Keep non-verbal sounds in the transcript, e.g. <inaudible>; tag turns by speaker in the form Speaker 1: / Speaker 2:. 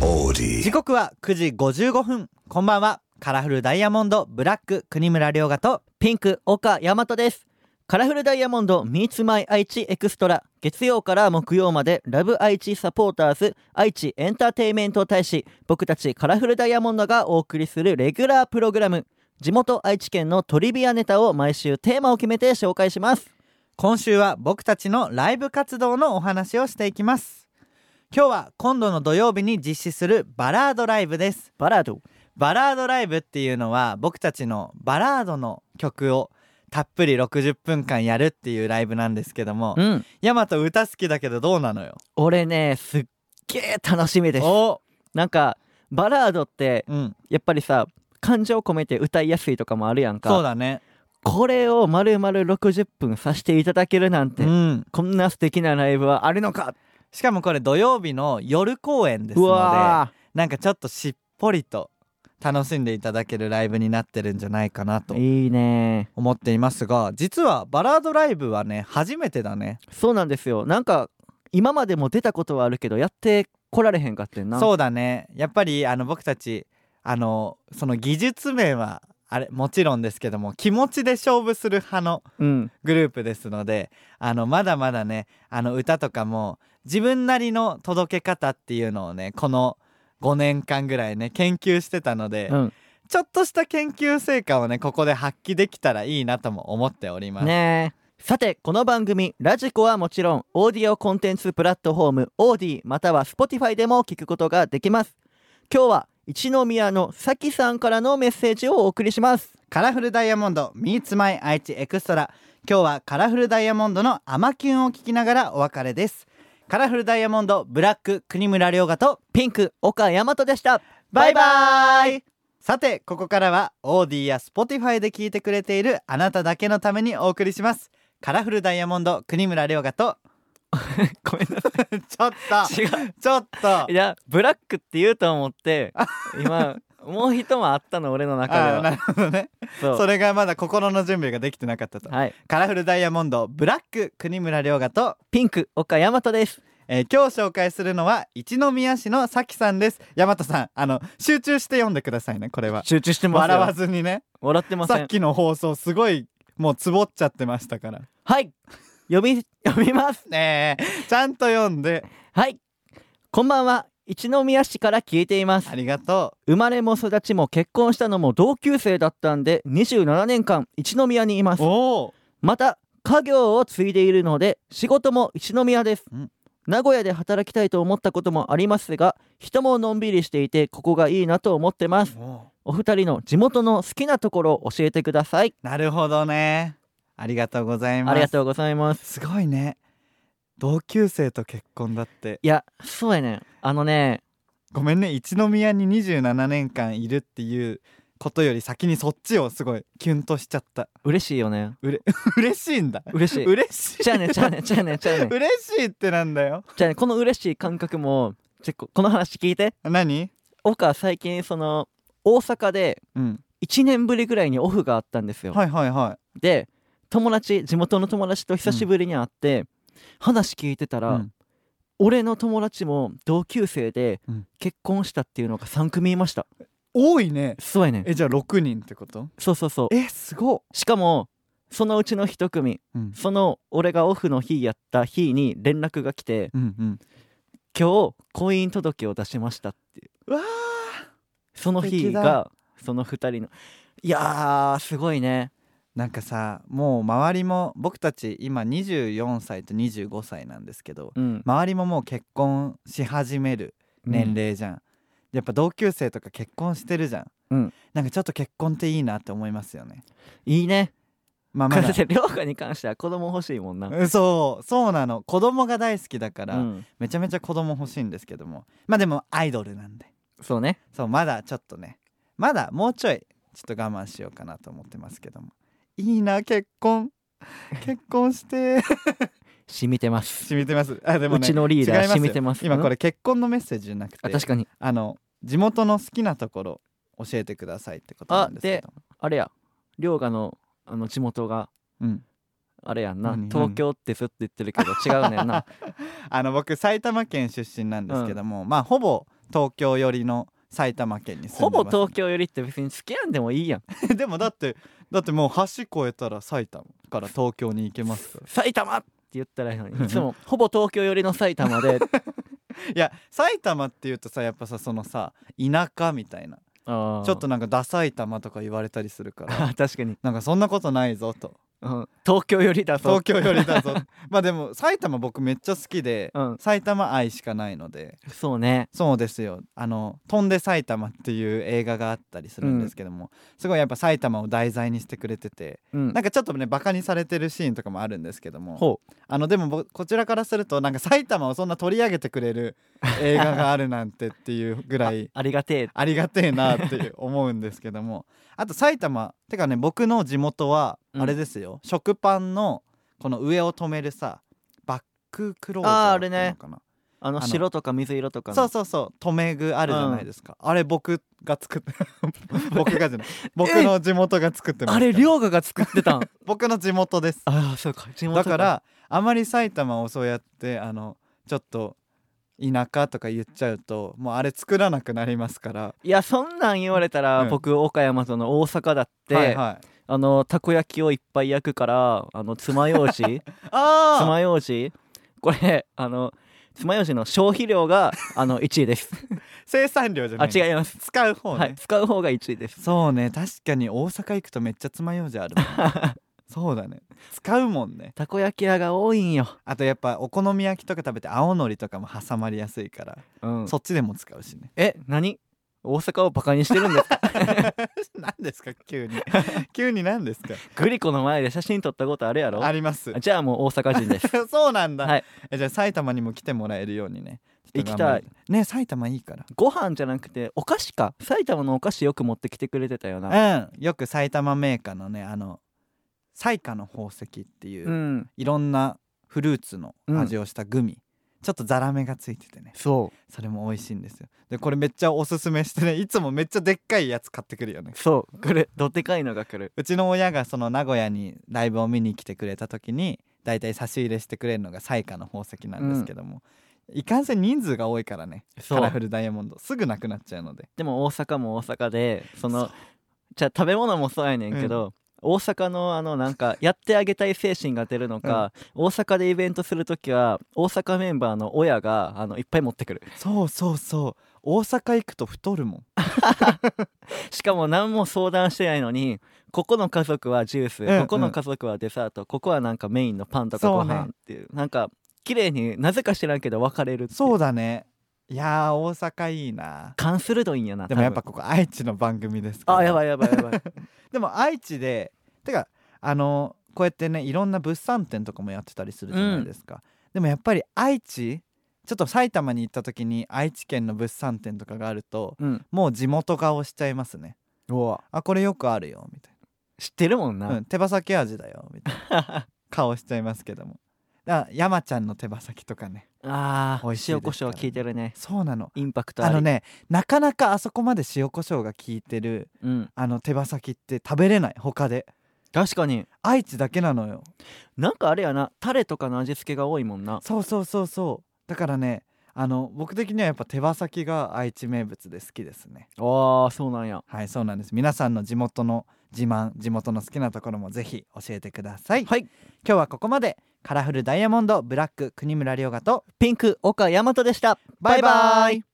Speaker 1: body.
Speaker 2: 時刻は9時55分こんばんはカラフルダイヤモンドブラック国村良賀と
Speaker 3: ピンク岡大和ですカラフルダイヤモンド Meets My 愛知エクストラ月曜から木曜までラブ愛知サポーターズ愛知エンターテインメント大使僕たちカラフルダイヤモンドがお送りするレギュラープログラム地元愛知県のトリビアネタを毎週テーマを決めて紹介します
Speaker 2: 今週は僕たちのライブ活動のお話をしていきます今日は今度の土曜日に実施するバラードライブです
Speaker 3: バラード
Speaker 2: バラードライブっていうのは僕たちのバラードの曲をたっぷり60分間やるっていうライブなんですけども
Speaker 3: うん
Speaker 2: ヤマト歌好きだけどどうなのよ
Speaker 3: 俺ねすっげえ楽しみです
Speaker 2: お
Speaker 3: なんかバラードって
Speaker 2: うん
Speaker 3: やっぱりさ感情込めて歌いやすいとかもあるやんか
Speaker 2: そうだね
Speaker 3: これを丸々60分させていただけるなんて、
Speaker 2: うん
Speaker 3: こんな素敵なライブはあるのか
Speaker 2: しかもこれ土曜日の夜公演です
Speaker 3: う
Speaker 2: ので
Speaker 3: わ
Speaker 2: なんかちょっとしっぽりと楽しんでいただけるライブになってるんじゃないかなと
Speaker 3: ーいいね
Speaker 2: 思っていますが実はバラードライブはね初めてだね
Speaker 3: そうなんですよなんか今までも出たことはあるけどやってこられへんかってんなう
Speaker 2: そうだねやっぱりあの僕たちあのその技術面はあれもちろんですけども気持ちで勝負する派の
Speaker 3: うん
Speaker 2: グループですのであのまだまだねあの歌とかも自分なりの届け方っていうのをねこの5年間ぐらいね研究してたので、
Speaker 3: うん
Speaker 2: ちょっとした研究成果をねここで発揮できたらいいなとも思っております、
Speaker 3: ねえさてこの番組ラジコはもちろんオーディオコンテンツプラットフォームオーディまたは Spotify でも聞くことができます今日は一宮のさきさんからのメッセージをお送りします
Speaker 2: カラフルダイヤモンド Meets My 愛知エクストラ今日はカラフルダイヤモンドの「アマキュン」を聞きながらお別れですカラフルダイヤモンドブラック国村良賀と
Speaker 3: ピンク岡大和でした
Speaker 2: バイバイさてここからはオーディや Spotify で聞いてくれているあなただけのためにお送りしますカラフルダイヤモンド国村良賀と
Speaker 3: <laughs> ごめんなさ
Speaker 2: ちょっと
Speaker 3: い違う
Speaker 2: ちょっと
Speaker 3: いやブラックって言うと思って今もう一もあったの俺の中で
Speaker 2: あーな
Speaker 3: は
Speaker 2: るほどね
Speaker 3: そう
Speaker 2: それがまだ心の準備ができてなかったと
Speaker 3: はい
Speaker 2: カラフルダイヤモンドブラック国村良賀と、
Speaker 3: ピンク岡大和です
Speaker 2: えー今日紹介するのは一宮市のさきさんです大和さんあの集中して読んでくださいねこれは
Speaker 3: 集中してますよ
Speaker 2: 笑わずにね
Speaker 3: 笑ってませ
Speaker 2: さっ
Speaker 3: ん
Speaker 2: きの放送すごいもうつぼっちゃってましたから
Speaker 3: はい読み読みます
Speaker 2: ねえちゃんと読んで
Speaker 3: はいこんばんは一宮市から聞いています
Speaker 2: ありがと
Speaker 3: 生まれも育ちも結婚したのも同級生だったんで27年間一宮にいます
Speaker 2: うおお
Speaker 3: また家業を継いでいるので仕事も一宮です、
Speaker 2: うん
Speaker 3: 名古屋で働きたいと思ったこともありますが人ものんびりしていてここがいいなと思ってますお二人の地元の好きなところを教えてください
Speaker 2: なるほどねありがとうございます
Speaker 3: ありがとうございます
Speaker 2: すごいね同級生と結婚だって
Speaker 3: いやそうやねんあのね
Speaker 2: ごめんね一宮に27年間いるっていうことより先にそっちをすごいキュンとしちゃった
Speaker 3: 嬉しいよね
Speaker 2: うれ嬉しいんだ
Speaker 3: 嬉しい
Speaker 2: 嬉しい
Speaker 3: ちゃうねんちゃうねんちゃうねんちゃうねん
Speaker 2: 嬉しいってなんだよ
Speaker 3: ちゃうねんこの嬉しい感覚もちょここの話聞いて
Speaker 2: 何
Speaker 3: 僕は最近その大阪で
Speaker 2: うん
Speaker 3: 1年ぶりぐらいにオフがあったんですよ、
Speaker 2: はいはいは
Speaker 3: で友達地元の友達と久しぶりに会って、話聞いてた
Speaker 2: い、
Speaker 3: ら、
Speaker 2: うん
Speaker 3: 俺の友達も同級生で
Speaker 2: うん
Speaker 3: 結婚したっていうのが3組いました、
Speaker 2: 多いね
Speaker 3: そうやねん
Speaker 2: えじゃあ6人ってこと
Speaker 3: そうそうそう
Speaker 2: えすごっ、
Speaker 3: しかもそのうちの1組
Speaker 2: うん、
Speaker 3: その俺がオフの日やった日に連絡が来て
Speaker 2: うんうん
Speaker 3: 「今日婚姻届を出しました」っていう
Speaker 2: うわー
Speaker 3: その
Speaker 2: 素
Speaker 3: 日
Speaker 2: 敵だ
Speaker 3: がその2人のいやーすごいね
Speaker 2: なんかさもう周りも僕たち今24歳と25歳なんですけど
Speaker 3: うん
Speaker 2: 周りももう結婚し始める年齢じゃん、やっぱ同級生とか結婚してるじゃん、
Speaker 3: うん
Speaker 2: なんかちょっと結婚っていいなって思いますよね
Speaker 3: いいね
Speaker 2: まあ
Speaker 3: <laughs>
Speaker 2: ま
Speaker 3: だっ
Speaker 2: だ
Speaker 3: て涼子に関しては子供欲しいもんな、
Speaker 2: うんそうそうなの子供が大好きだから、
Speaker 3: うん、
Speaker 2: めちゃめちゃ子供欲しいんですけどもまあでもアイドルなんで
Speaker 3: そうね
Speaker 2: そうまだちょっとねまだもうちょいちょっと我慢しようかなと思ってますけどもいいな結
Speaker 3: <laughs>
Speaker 2: 婚結婚して <laughs>
Speaker 3: 染みてます
Speaker 2: 染みてますあでも
Speaker 3: う
Speaker 2: ね
Speaker 3: ちのリーダー
Speaker 2: 違いよ
Speaker 3: 染みてます
Speaker 2: 今これ結婚のメッセージじゃなくて
Speaker 3: あ確かに
Speaker 2: あの地元の好きなところ教えてくださいってことなんですけど
Speaker 3: あれや涼河のあの地元が
Speaker 2: うん、
Speaker 3: あれやんな
Speaker 2: 何
Speaker 3: 東京ってずっと
Speaker 4: <laughs>
Speaker 2: <laughs>
Speaker 3: 言ってるけど違うねんな
Speaker 2: あの僕埼玉県出身なんですけども、まあほぼ
Speaker 4: 東京寄りの埼玉県に住
Speaker 3: ほ
Speaker 4: んでま
Speaker 3: ぼ
Speaker 4: す
Speaker 3: 東京寄りって別に好きなんでもいいやん
Speaker 2: <laughs>
Speaker 4: でもだってだってもう橋越えたら埼玉から東京に行けますから
Speaker 3: 埼玉って言ったらいいのにいつもほぼ東京寄りの埼玉で
Speaker 4: いや埼玉っていうとさやっぱさそのさ田舎みたいな
Speaker 3: ちょ
Speaker 4: ちょっとなんか「ダサい玉」とか言われたりするから
Speaker 3: <laughs> 確かに、
Speaker 4: なんかそんなことないぞと
Speaker 3: うん、東京寄りだと
Speaker 4: 東京よりだ
Speaker 3: <laughs>
Speaker 4: ぞまあでも埼玉僕めっちゃ好きで、
Speaker 3: うん
Speaker 4: 埼玉愛しかないので
Speaker 3: そうね
Speaker 4: そうですよあの「飛んで埼玉」っていう映画があったりするんですけども、すごいやっぱ埼玉を題材にしてくれてて
Speaker 3: うん
Speaker 4: なんかちょっとねバカにされてるシーンとかもあるんですけども
Speaker 3: ほう
Speaker 4: あのでも僕こちらからするとなんか埼玉をそんな取り上げてくれる映画があるなんてっていうぐらい
Speaker 3: ありがてえ
Speaker 4: ありがてえなっていう思うんですけども <laughs> あと埼玉てかね僕の地元は
Speaker 3: うん
Speaker 4: あれですよ、食パンのこの上を止めるさバッククローザー
Speaker 3: あーあれね
Speaker 4: っていうのか
Speaker 3: あの
Speaker 4: あの
Speaker 3: 白とか水色とか
Speaker 4: な
Speaker 3: の
Speaker 4: そうそうそう留め具あるじゃないですか、あれ僕が作って <laughs> 僕がじゃ
Speaker 3: <laughs>
Speaker 4: ない僕の地元が作ってます
Speaker 3: あれ
Speaker 4: から
Speaker 3: 涼河が作ってたん
Speaker 4: 僕の地元です
Speaker 3: ああそうか地元
Speaker 4: だからあまり埼玉をそうやってあのちょっと田舎とか言っちゃうともうあれ作らなくなりますから
Speaker 3: いやそんなん言われたら、
Speaker 4: うん
Speaker 3: 僕岡山との大阪だって、
Speaker 4: はいはい、
Speaker 3: あのたこ焼きをいっぱい焼くからあの爪楊枝
Speaker 4: あ
Speaker 3: 爪楊枝これあの爪楊枝の消費量があの1位です
Speaker 4: あ生産量じゃな
Speaker 3: あ
Speaker 4: い
Speaker 3: 違います、
Speaker 4: 使う方ね、
Speaker 3: はい使う方が1位です
Speaker 4: そうね確かに大阪行くとめっちゃ爪楊枝あるもん
Speaker 3: <laughs>
Speaker 4: ねそうだね使うもんね
Speaker 3: たこ焼き屋が多いんよ、
Speaker 4: あとやっぱお好み焼きとか食べて青のりとかも挟まりやすいから、
Speaker 3: うん
Speaker 4: そっちでも使うしね <laughs>
Speaker 3: え何大阪をバカにして <laughs> るんですか
Speaker 4: 何ですか急
Speaker 3: <laughs>
Speaker 4: に急に何ですか
Speaker 3: グリコの前で写真撮ったことあるやろ
Speaker 4: あります
Speaker 3: じゃあもう大阪 <laughs> 人です
Speaker 4: <laughs> そうなんだ、
Speaker 3: はい
Speaker 4: えじゃあ埼玉にも来てもらえるようにねちょっと
Speaker 3: 行きたい
Speaker 4: 頑張りね埼玉いいか
Speaker 3: ご飯じゃなくてお菓子か埼玉のお菓子よく持ってきてくれてたよな
Speaker 4: らうんよく埼玉メーカーのねあの彩花の宝石っていう、
Speaker 3: うん
Speaker 4: いろんなフルーツの味をしたグミ、ちょっとザラメがついててね
Speaker 3: そ
Speaker 4: それも美味しいんですよでこれめっちゃおすすめしてねいつもめっちゃでっかいやつ買ってくるよね
Speaker 3: うそう来るどでかいのが来る
Speaker 4: うちの親がその名古屋にライブを見に来てくれた時にだいたい差し入れしてくれるのが彩花の宝石なんですけども、いかんせん人数が多いからね
Speaker 3: そ
Speaker 4: カラフ
Speaker 3: う
Speaker 4: ルダイヤモンドすぐなくなっちゃうので
Speaker 3: でも大阪も大阪でその
Speaker 4: そ
Speaker 3: じゃあ食べ物もそうやねんけど、大阪のあのなんかやってあげたい精神が出るのか、大阪でイベントする時は大阪メンバーの親があのいっぱい持ってくる
Speaker 4: そうそうそう大阪行くと太るもん
Speaker 3: しかも何も相談してないのにここの家族はジュース、
Speaker 4: うん
Speaker 3: ここの家族はデザートここはなんかメインのパンとか
Speaker 4: そ
Speaker 3: ご
Speaker 4: うね
Speaker 3: 飯っていうなんか綺麗になぜか知らんけど分かれるっていう
Speaker 4: そうだねいやー大阪いいな
Speaker 3: 勘鋭いんやな
Speaker 4: でもやっぱ
Speaker 3: 多
Speaker 4: ここ愛知の番組ですから
Speaker 3: 分あやばいやばいやばい
Speaker 4: でも愛知でてかあのこうやってねいろんな物産展とかもやってたりするじゃないですか、でもやっぱり愛知ちょっと埼玉に行った時に愛知県の物産展とかがあると
Speaker 3: うん
Speaker 4: もう地元顔しちゃいますねあこれよくあるよみたい
Speaker 3: 知ってるもんな、
Speaker 4: な、うん、手羽先味だよみたい
Speaker 3: <laughs>
Speaker 4: な顔しちゃいますけどもだから山ちゃんの手羽先とかね
Speaker 3: あー
Speaker 4: 美味しいですか
Speaker 3: 塩
Speaker 4: ら
Speaker 3: コ
Speaker 4: ね
Speaker 3: ショウ効いてるね
Speaker 4: そうなの
Speaker 3: インパクトあ
Speaker 4: あ
Speaker 3: り
Speaker 4: のねなかなかあそこまで塩コショウが効いてる
Speaker 3: うん、
Speaker 4: あの手羽先って食べれない他で
Speaker 3: 確かに
Speaker 4: 愛知だけなのよ
Speaker 3: なんかあれやなタレとかの味付けが多いもんな
Speaker 4: そうそうそうそうだからねあの僕的にはやっぱ手羽先が愛知名物で好きですね
Speaker 3: あーそうなんや
Speaker 4: はいそうなんです皆さんの地元の自慢地元の好きなところもぜひ教えてください、
Speaker 3: はい
Speaker 4: 今日はここまでカラフルダイヤモンドブラック国村良賀と
Speaker 3: ピンク岡大和でした
Speaker 4: バイバイ